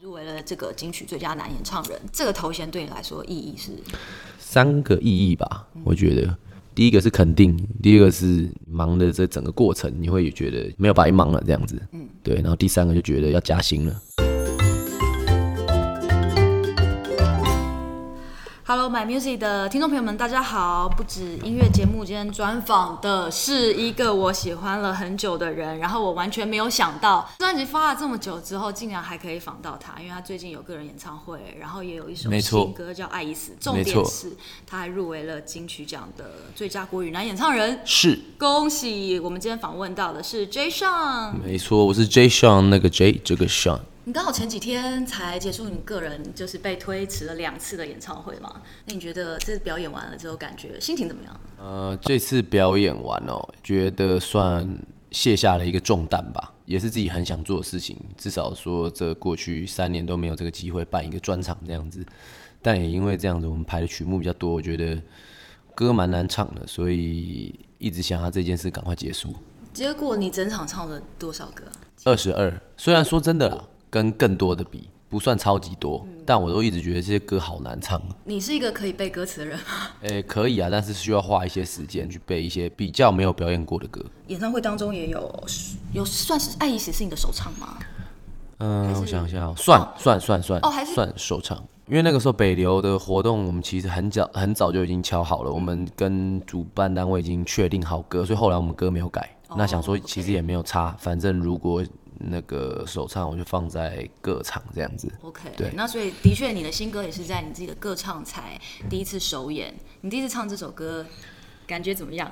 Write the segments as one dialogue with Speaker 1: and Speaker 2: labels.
Speaker 1: 入围了这个金曲最佳男演唱人，这个头衔对你来说意义是？
Speaker 2: 三个意义吧，我觉得。第一个是肯定，第二个是忙的这整个过程，你会觉得没有白忙了这样子，嗯，对。然后第三个就觉得要加薪了。
Speaker 1: Hello My Music 的听众朋友们，大家好！不止音乐节目，今天专访的是一个我喜欢了很久的人，然后我完全没有想到，专辑发了这么久之后，竟然还可以访到他，因为他最近有个人演唱会，然后也有一首
Speaker 3: 没错
Speaker 1: 新歌叫《爱已死》，重
Speaker 3: 没
Speaker 1: 点
Speaker 3: 错
Speaker 1: 是他还入围了金曲奖的最佳国语男演唱人。
Speaker 3: 是，
Speaker 1: 恭喜！我们今天访问到的是 J a y s h n
Speaker 3: 没错，我是 J Sean 那个 J 这个 Sean。
Speaker 1: 你刚好前几天才结束你个人就是被推迟了两次的演唱会嘛？那你觉得这表演完了之后，感觉心情怎么样？
Speaker 3: 呃，这次表演完哦，觉得算卸下了一个重担吧，也是自己很想做的事情。至少说，这过去三年都没有这个机会办一个专场这样子，但也因为这样子，我们排的曲目比较多，我觉得歌蛮难唱的，所以一直想要这件事赶快结束。
Speaker 1: 结果你整场唱了多少歌？
Speaker 3: 二十二，虽然说真的啦，跟更多的比不算超级多，但我都一直觉得这些歌好难唱啊。
Speaker 1: 你是一个可以背歌词的人吗？
Speaker 3: 诶、可以啊，但是需要花一些时间去背一些比较没有表演过的歌。
Speaker 1: 演唱会当中也有有算是《爱已死》是你的首唱吗？
Speaker 3: 嗯，我想一下哦，算算算算，
Speaker 1: 哦还是
Speaker 3: 算首唱，因为那个时候北流的活动，我们其实很早很早就已经敲好了，我们跟主办单位已经确定好歌，所以后来我们歌没有改。
Speaker 1: 哦
Speaker 3: 那想说其实也没有差，反正如果那个首唱，我就放在各场这样子。
Speaker 1: OK，
Speaker 3: 对
Speaker 1: 那所以的确，你的新歌也是在你自己的歌唱才第一次首演。你第一次唱这首歌，感觉怎么样？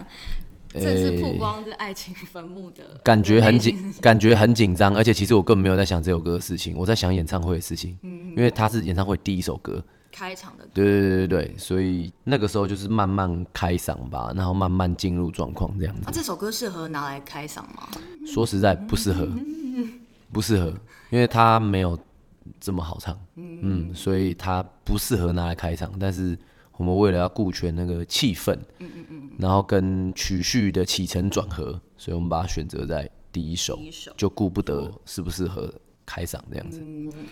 Speaker 1: 正式曝光这爱情坟墓的
Speaker 3: 呃感觉很
Speaker 1: 内
Speaker 3: 紧
Speaker 1: 心，
Speaker 3: 感觉很紧张，而且其实我根本没有在想这首歌的事情，我在想演唱会的事情，
Speaker 1: 嗯
Speaker 3: 因为它是演唱会第一首歌，
Speaker 1: 开场的歌。
Speaker 3: 对对对对对，所以那个时候就是慢慢开嗓吧，然后慢慢进入状况这样
Speaker 1: 那、
Speaker 3: 子。
Speaker 1: 这首歌适合拿来开嗓吗？
Speaker 3: 说实在不适合，不适合，因为它没有这么好唱，嗯，所以它不适合拿来开场。但是我们为了要顾全那个气氛，
Speaker 1: 嗯
Speaker 3: 然后跟曲序的起承转合，所以我们把它选择在第一首，
Speaker 1: 第一首
Speaker 3: 就顾不得适不适合开嗓这样子。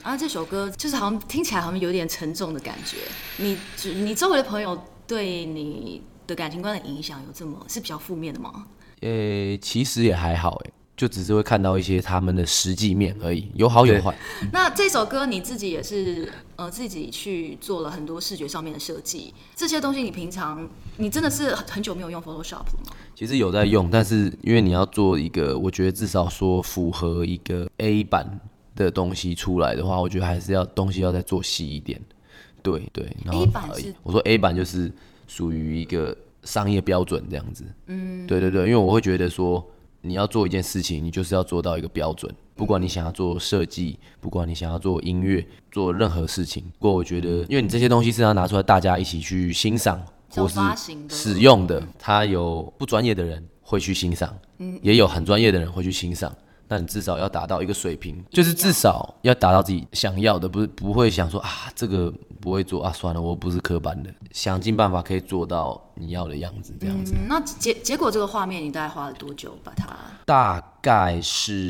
Speaker 1: 啊，这首歌就是好像听起来好像有点沉重的感觉。你只你周围的朋友对你的感情观的影响有这么是比较负面的 吗？
Speaker 3: 诶、其实也还好，诶，就只是会看到一些他们的实际面而已，有好有坏。
Speaker 1: 那这首歌你自己也是呃自己去做了很多视觉上面的设计，这些东西你平常你真的是很很久没有用 Photoshop 了吗？
Speaker 3: 其实有在用，但是因为你要做一个，我觉得至少说符合一个 A 版的东西出来的话，我觉得还是要东西要再做细一点。对对，然后
Speaker 1: A 版
Speaker 3: 而已
Speaker 1: 是
Speaker 3: 我说 A 版就是属于一个商业标准这样子。嗯，对对对，因为我会觉得说，你要做一件事情，你就是要做到一个标准，不管你想要做设计，不管你想要做音乐，做任何事情。不过我觉得，
Speaker 1: 嗯
Speaker 3: 因为你这些东西是要拿出来大家一起去欣赏，
Speaker 1: 像
Speaker 3: 或是
Speaker 1: 发行的
Speaker 3: 使用的，它有不专业的人会去欣赏，
Speaker 1: 嗯
Speaker 3: 也有很专业的人会去欣赏。那你至少要达到一个水平，就是至少要达到自己想要的，不是不会想说啊这个不会做啊算了，我不是科班的，想尽办法可以做到你要的样子，这样子。
Speaker 1: 嗯，那结结果这个画面你大概花了多久把它？
Speaker 3: 大概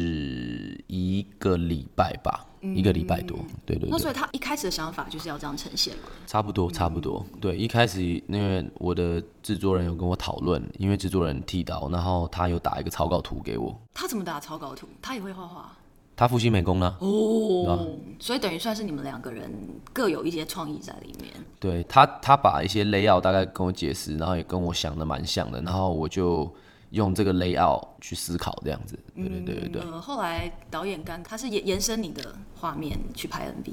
Speaker 3: 是一个礼拜吧，一个礼拜多，对对
Speaker 1: 嗯那
Speaker 3: 对，
Speaker 1: 所以嗯他一开始的想法就是要这样呈现嘛？
Speaker 3: 差不多差不多。对，一开始那个我的制作人有跟我讨论，因为制作人剃刀，然后他有打一个草稿图给我，
Speaker 1: 他怎么打草稿图？他也会画画
Speaker 3: 他复习美工啊啦，
Speaker 1: 哦，所以等于算是你们两个人各有一些创意在里面。
Speaker 3: 对他他把一些 layout 大概跟我解释，然后也跟我想的蛮像的，然后我就用这个 layout 去思考这样子，对对对对对。
Speaker 1: 呃，后来导演干他是延延伸你的画面去拍 MV，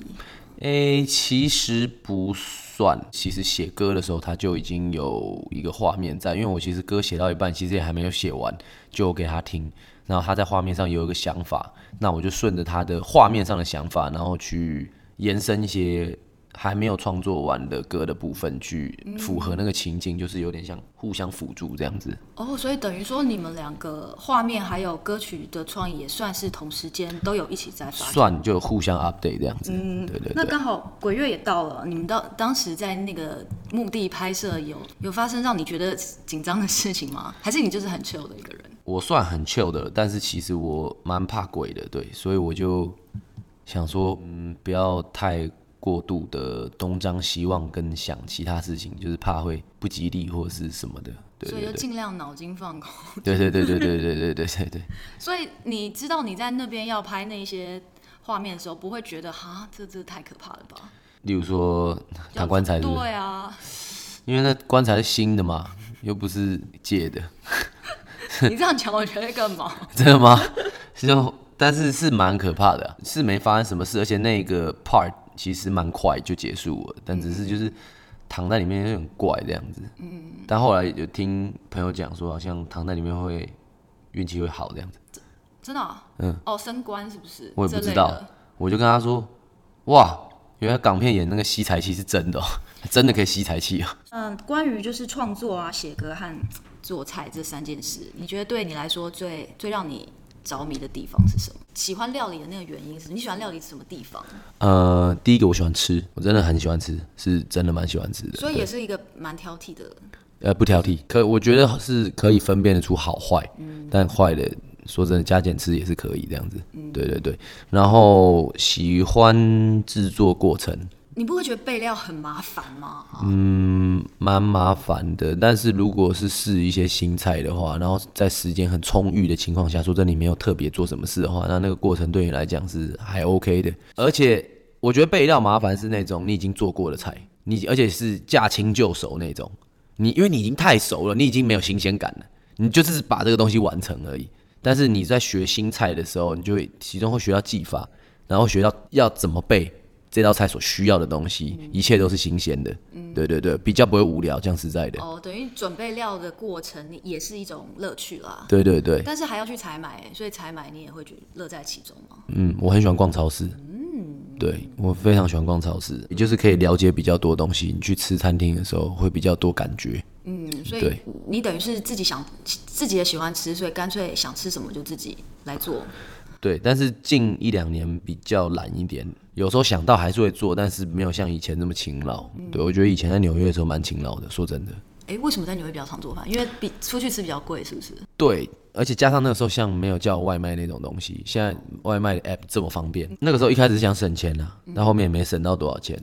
Speaker 3: 诶、其实不算。其实写歌的时候，他就已经有一个画面在，因为我其实歌写到一半，其实也还没有写完，就给他听，然后他在画面上有一个想法，那我就顺着他的画面上的想法，然后去延伸一些还没有创作完的歌的部分，去符合那个情境，就是有点像互相辅助这样子。
Speaker 1: 哦，所以等于说你们两个画面还有歌曲的创意也算是同时间都有一起在发展。
Speaker 3: 算就互相 update 这样子，对对
Speaker 1: 那
Speaker 3: 对。
Speaker 1: 刚好鬼月也到了，你们到当时在那个墓地拍摄有有发生让你觉得紧张的事情吗？ 还是你就是很 chill 的一个人？
Speaker 3: 我算很 chill 的，但是其实我蛮怕鬼的，对，所以我就想说，嗯，不要太过度的东张西望跟想其他事情，就是怕会不吉利或是什么的。对
Speaker 1: 所以
Speaker 3: 对
Speaker 1: 就
Speaker 3: 对，
Speaker 1: 尽量脑筋放空。
Speaker 3: 对对对对对对对对对对。
Speaker 1: 所以你知道你在那边要拍那些画面的时候，不会觉得哈，这这太可怕了吧？
Speaker 3: 例如说
Speaker 1: 要
Speaker 3: 躺棺材是不是？
Speaker 1: 对啊，
Speaker 3: 因为那棺材是新的嘛，又不是借的，
Speaker 1: 你这样讲我觉得更毛。
Speaker 3: 真的吗？就但是是蛮可怕的啊、是没发生什么事，而且那个 part 其实蛮快就结束了，但只是就是躺在里面有点怪这样子。嗯，但后来有听朋友讲说，好像躺在里面会运气会好这样子，
Speaker 1: 真的、啊？
Speaker 3: 嗯，
Speaker 1: 哦，升官是不是？
Speaker 3: 我也不
Speaker 1: 这
Speaker 3: 知
Speaker 1: 类
Speaker 3: 道
Speaker 1: 的。
Speaker 3: 我就跟他说，哇，原来港片演那个吸财气是真的、哦， 真的可以吸财气啊。
Speaker 1: 嗯，关于就是创作啊、写歌和做菜这三件事，你觉得对你来说最最让你着迷的地方是什么？喜欢料理的那个原因是你喜欢料理什么地方？
Speaker 3: 呃，第一个我喜欢吃，我真的很喜欢吃，是真的蛮喜欢吃的。
Speaker 1: 所以也是一个蛮挑剔的。
Speaker 3: 呃，不挑剔，可我觉得是可以分辨得出好坏，但坏的说真的加减吃也是可以这样子，对对对。然后喜欢制作过程，
Speaker 1: 你不会觉得备料很麻烦吗？
Speaker 3: 嗯蛮麻烦的，但是如果是试一些新菜的话，然后在时间很充裕的情况下，说真的你没有特别做什么事的话，那那个过程对你来讲是还 OK 的。而且我觉得备料麻烦是那种你已经做过的菜，你已经而且是驾轻就熟那种，你因为你已经太熟了，你已经没有新鲜感了，你就是把这个东西完成而已。但是你在学新菜的时候，你就会其中会学到技法，然后学到要怎么备这道菜所需要的东西，
Speaker 1: 嗯
Speaker 3: 一切都是新鲜的。对对对，比较不会无聊，这样实在的。
Speaker 1: 哦，等于准备料的过程你也是一种乐趣啦。
Speaker 3: 对对对，
Speaker 1: 但是还要去采买、所以采买你也会觉得乐在其中吗？
Speaker 3: 嗯，我很喜欢逛超市。
Speaker 1: 嗯
Speaker 3: 对我非常喜欢逛超市，也就是可以了解比较多东西。你去吃餐厅的时候会比较多感觉。
Speaker 1: 嗯，所以
Speaker 3: 对
Speaker 1: 你等于是自己想自己也喜欢吃，所以干脆想吃什么就自己来做。
Speaker 3: 对，但是近一两年比较懒一点，有时候想到还是会做，但是没有像以前那么勤劳。
Speaker 1: 嗯
Speaker 3: 对我觉得以前在纽约的时候蛮勤劳的，说真的。
Speaker 1: 哎，为什么在纽约比较常做饭？因为比出去吃比较贵，是不是？
Speaker 3: 对，而且加上那个时候像没有叫外卖那种东西，现在外卖的 app 这么方便，那个时候一开始是想省钱啊，
Speaker 1: 嗯
Speaker 3: 但后面也没省到多少钱。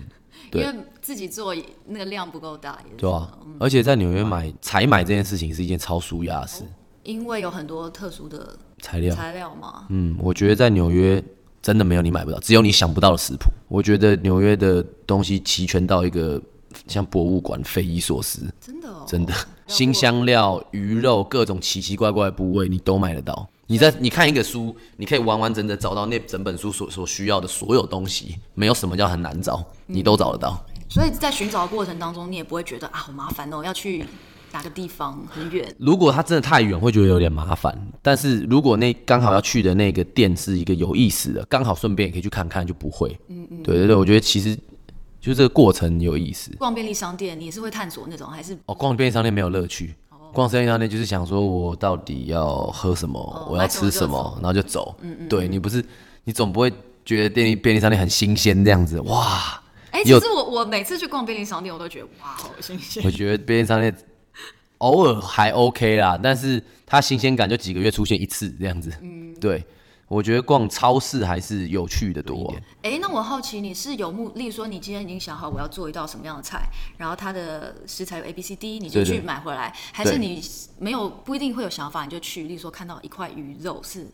Speaker 3: 对
Speaker 1: 因为自己做也那个量不够大，也是
Speaker 3: 对啊，而且在纽约买采买这件事情是一件超舒压的事。
Speaker 1: 因为有很多特殊的
Speaker 3: 材料，
Speaker 1: 材料嘛。
Speaker 3: 嗯，我觉得在纽约真的没有你买不到，只有你想不到的食谱。我觉得纽约的东西齐全到一个像博物馆，匪夷所思，
Speaker 1: 真的哦，
Speaker 3: 真的。新香料、鱼肉，各种奇奇怪怪的部位，你都买得到。你在你看一个书，你可以完完整整找到那整本书所所需要的所有东西，没有什么叫很难找，你都找得到。
Speaker 1: 所以在寻找的过程当中，你也不会觉得啊好麻烦哦，要去哪个地方很远。
Speaker 3: 如果它真的太远，会觉得有点麻烦。但是如果那刚好要去的那个店是一个有意思的，刚好顺便也可以去看看，就不会。嗯嗯，对对对，我觉得其实就这个过程有意思。
Speaker 1: 逛便利商店，你也是会探索那种，还是
Speaker 3: 哦，逛便利商店没有乐趣，逛便利商店就是想说我到底要喝什么，我要吃哦什么，然后就走。嗯嗯，对你不是你总不会觉得便利便利商店很新鲜这样子哇？
Speaker 1: 哎、
Speaker 3: 有
Speaker 1: 其实我我每次去逛便利商店，我都觉得哇，哦好新鲜。
Speaker 3: 我觉得便利商店偶尔还 OK 啦，但是它新鲜感就几个月出现一次这样子。嗯，对，我觉得逛超市还是有趣的多一点。
Speaker 1: 哎、那我好奇你是有目，例如说你今天已经想好我要做一道什么样的菜，然后它的食材有 A、B、C、D，你就
Speaker 3: 对
Speaker 1: 去
Speaker 3: 对
Speaker 1: 买回来，还是
Speaker 3: 对
Speaker 1: 你没有不一定会有想法，你就去，例如说看到一块鱼肉是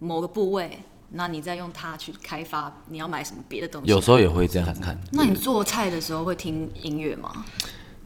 Speaker 1: 某个部位，那你再用它去开发你要买什么别的东西。
Speaker 3: 有时候也会这样看，
Speaker 1: 那你做菜的时候会听音乐吗？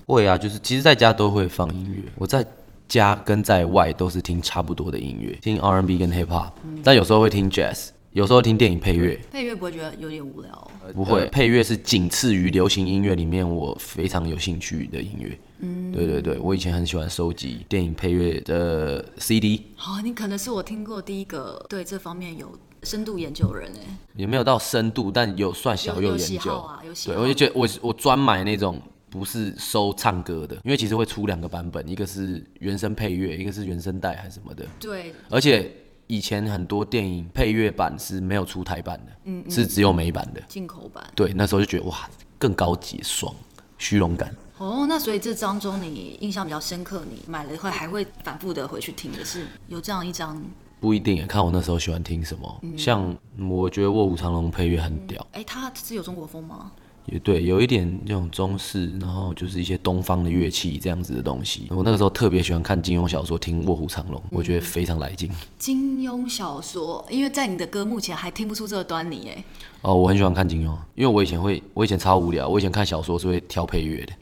Speaker 3: 会啊，就是其实在家都会放音乐，我在家跟在外都是听差不多的音乐，听 R&B 跟 Hip Hop，、但有
Speaker 1: 嗯
Speaker 3: 时候会听 Jazz，有时候听电影配乐。
Speaker 1: 配乐不会觉得有点无聊？哦
Speaker 3: 不
Speaker 1: 呃
Speaker 3: 会，配乐是仅次于流行音乐里面我非常有兴趣的音乐。嗯，对对对，我以前很喜欢收集电影配乐的 CD，
Speaker 1: 好、你可能是我听过第一个对这方面有深度研究的人哎、
Speaker 3: 也没有到深度，但有算小
Speaker 1: 有有喜
Speaker 3: 研究
Speaker 1: 好啊有喜
Speaker 3: 对，
Speaker 1: 好
Speaker 3: 我就觉得我我专买那种不是收唱歌的，因为其实会出两个版本，一个是原声配乐，一个是原声带还是什么的。
Speaker 1: 对，
Speaker 3: 而且以前很多电影配乐版是没有出台版的，是只有美版的。
Speaker 1: 进口版。
Speaker 3: 对，那时候就觉得哇，更高级爽，虚荣感。
Speaker 1: 哦，那所以这张中你印象比较深刻，你买了会还会反复的回去听的是有这样一张
Speaker 3: 不一定，看我那时候喜欢听什么。像我觉得《卧虎藏龙》配乐很屌，
Speaker 1: 哎，他是有中国风吗？
Speaker 3: 也对，有一点这种中式，然后就是一些东方的乐器这样子的东西。我那个时候特别喜欢看金庸小说，听《卧虎藏龙》，我觉得非常来劲。
Speaker 1: 金庸小说，因为在你的歌目前还听不出这个端倪哎。
Speaker 3: 哦，我很喜欢看金庸，因为我以前会，我以前超无聊，我以前看小说是会挑配乐的。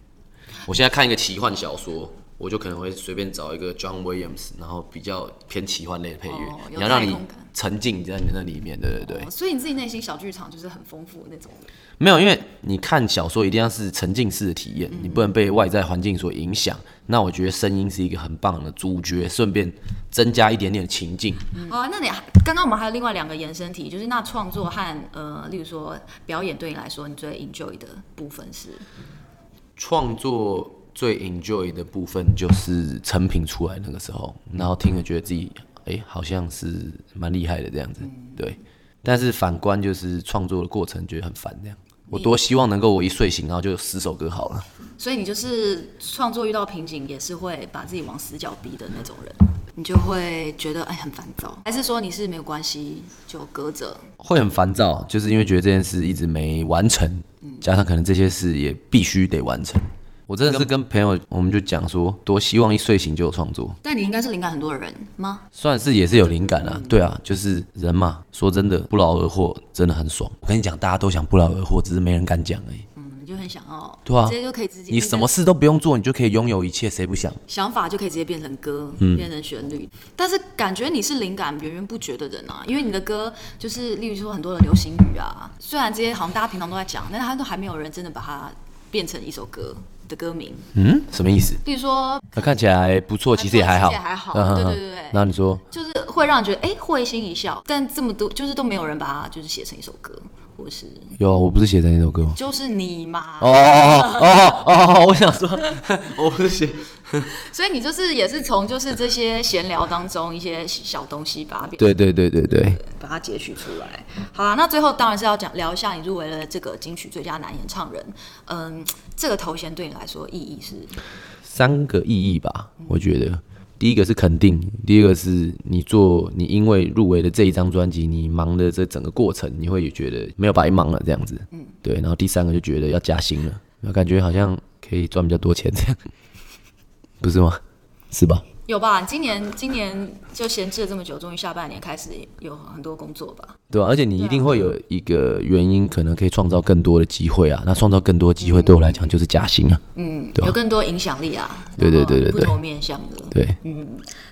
Speaker 3: 我现在看一个奇幻小说，我就可能会随便找一个 John Williams，然后比较偏奇幻类的配乐，
Speaker 1: 哦有
Speaker 3: 你要让
Speaker 1: 太
Speaker 3: 你
Speaker 1: 空感
Speaker 3: 沉浸在你那里面，对对对。
Speaker 1: 哦所以你自己内心小剧场就是很丰富的那种。
Speaker 3: 没有，因为你看小说一定要是沉浸式的体验，你不能被外在环境所影响。那我觉得声音是一个很棒的主角，顺便增加一点点情境。
Speaker 1: 哦，那你还刚刚我们还有另外两个延伸题，就是那创作和呃，例如说表演，对你来说你最 enjoy 的部分是？
Speaker 3: 创作最 enjoy 的部分就是成品出来那个时候，然后听了觉得自己哎、诶好像是蛮厉害的这样子，对。但是反观就是创作的过程觉得很烦这样。我多希望能够我一睡醒然后就十首歌好了。
Speaker 1: 所以你就是创作遇到瓶颈，也是会把自己往死角逼的那种人，你就会觉得哎很烦躁，还是说你是没有关系就隔着？
Speaker 3: 会很烦躁，就是因为觉得这件事一直没完成，加上可能这些事也必须得完成。我真的是跟朋友，我们就讲说，多希望一睡醒就有创作，
Speaker 1: 但你应该是灵感很多的人吗？
Speaker 3: 算是也是有灵感啦、对啊，就是人嘛，说真的，不劳而获真的很爽。我跟你讲，大家都想不劳而获，只是没人敢讲而已。
Speaker 1: 嗯，你就很想要，
Speaker 3: 对啊
Speaker 1: 直接就可以直接
Speaker 3: 你什么事都不用做，你就可以拥有一切，谁不想？
Speaker 1: 想法就可以直接变成歌，
Speaker 3: 嗯
Speaker 1: 变成旋律。但是感觉你是灵感源源不绝的人啊，因为你的歌就是，例如说很多的流行语啊，虽然这些好像大家平常都在讲，但是他都还没有人真的把它变成一首歌的歌名。
Speaker 3: 嗯，什么意思？
Speaker 1: 例如说，
Speaker 3: 那看起来不错，其实也还好，
Speaker 1: 其实也还好
Speaker 3: 嗯
Speaker 1: 对
Speaker 3: 嗯嗯
Speaker 1: 对对对
Speaker 3: 然后你说，
Speaker 1: 就是会让人觉得哎、诶会心一笑，但这么多就是都没有人把它就是写成一首歌，或是
Speaker 3: 有啊，我不是写的那首歌吗？
Speaker 1: 就是你嘛。
Speaker 3: 哦哦哦哦哦哦！我想说， 我不是写。
Speaker 1: 所以你就是也是从就是这些闲聊当中一些小东西把它变
Speaker 2: 对对对对对，
Speaker 1: 把它截取出来。好啦，那最后当然是要讲聊一下你入围了这个金曲最佳男演唱人，嗯，这个头衔对你来说意义是？
Speaker 2: 三个意义吧，我觉得。第一个是肯定，第二个是你做你因为入围的这一张专辑，你忙的这整个过程，你会觉得没有白忙了这样子，嗯，对。然后第三个就觉得要加薪了，然后感觉好像可以赚比较多钱这样， 不是吗？是吧？
Speaker 1: 有吧？今年今年就闲置了这么久，终于下半年开始有很多工作吧？
Speaker 2: 对啊，而且你一定会有一个原因，可能可以创造更多的机会啊。那创造更多机会对我来讲就是加薪啊，
Speaker 1: 嗯，
Speaker 2: 对啊
Speaker 1: 有更多影响力啊。
Speaker 2: 对对对对
Speaker 1: 然后
Speaker 2: 对
Speaker 1: 不同面向的。
Speaker 2: 对。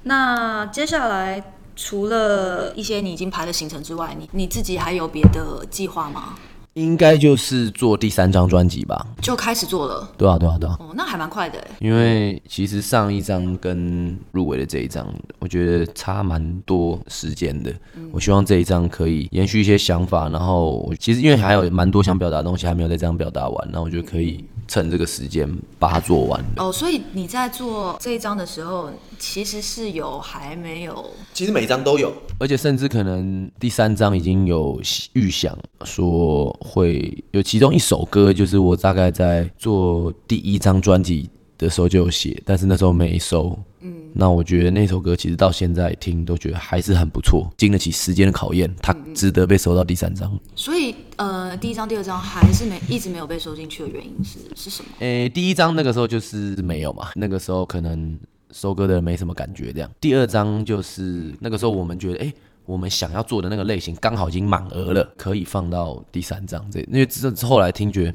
Speaker 1: 那接下来除了一些你已经排的行程之外，你你自己还有别的计划吗？
Speaker 2: 应该就是做第三张专辑吧？
Speaker 1: 就开始做了
Speaker 2: 对啊，对啊，对啊。
Speaker 1: 哦，那还蛮快的欸。
Speaker 3: 因为其实上一张跟入围的这一张，我觉得差蛮多时间的。我希望这一张可以延续一些想法，然后我其实因为还有蛮多想表达的东西还没有在这样表达完，那我觉得可以趁这个时间把它做完。
Speaker 1: 哦，所以你在做这一章的时候，其实是有还没有
Speaker 2: 其实每张都有，
Speaker 3: 而且甚至可能第三章已经有预想说会有其中一首歌，就是我大概在做第一张专辑的时候就有写，但是那时候没收。嗯，那我觉得那首歌其实到现在听都觉得还是很不错，经得起时间的考验，它值得被收到第三张。
Speaker 1: 所以呃，第一章、第二章还是没一直没有被收进去的原因是是什么？
Speaker 3: 诶、第一张那个时候就是没有嘛，那个时候可能收割的人没什么感觉，这样。第二张就是那个时候我们觉得，诶、我们想要做的那个类型刚好已经满额了，可以放到第三张这，因为这这后来听觉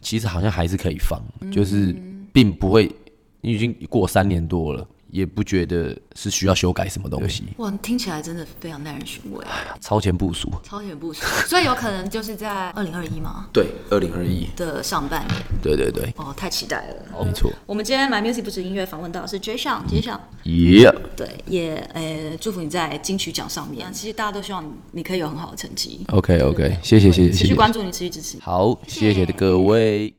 Speaker 3: 其实好像还是可以放，就是并不会，已经过三年多了，也不觉得是需要修改什么东西，
Speaker 1: 哇，听起来真的非常耐人寻味，
Speaker 3: 超前部署。
Speaker 1: 超前部署。 所以有可能就是在二零二一嘛
Speaker 3: 对，二零二一，
Speaker 1: 的上半年
Speaker 3: 嗯对对对，
Speaker 1: 哦，太期待了。
Speaker 3: 没错，
Speaker 1: 我们今天 My Music 不止音乐访问到的是 J 上 J 上，
Speaker 3: 耶、
Speaker 1: 对，也呃祝福你在金曲奖上面。其实大家都希望你可以有很好的成绩。
Speaker 3: o k OK，谢谢谢谢
Speaker 1: 持
Speaker 3: 谢
Speaker 1: 续
Speaker 3: 谢，
Speaker 1: 关注你，持续支持你。
Speaker 3: 好，谢谢各位。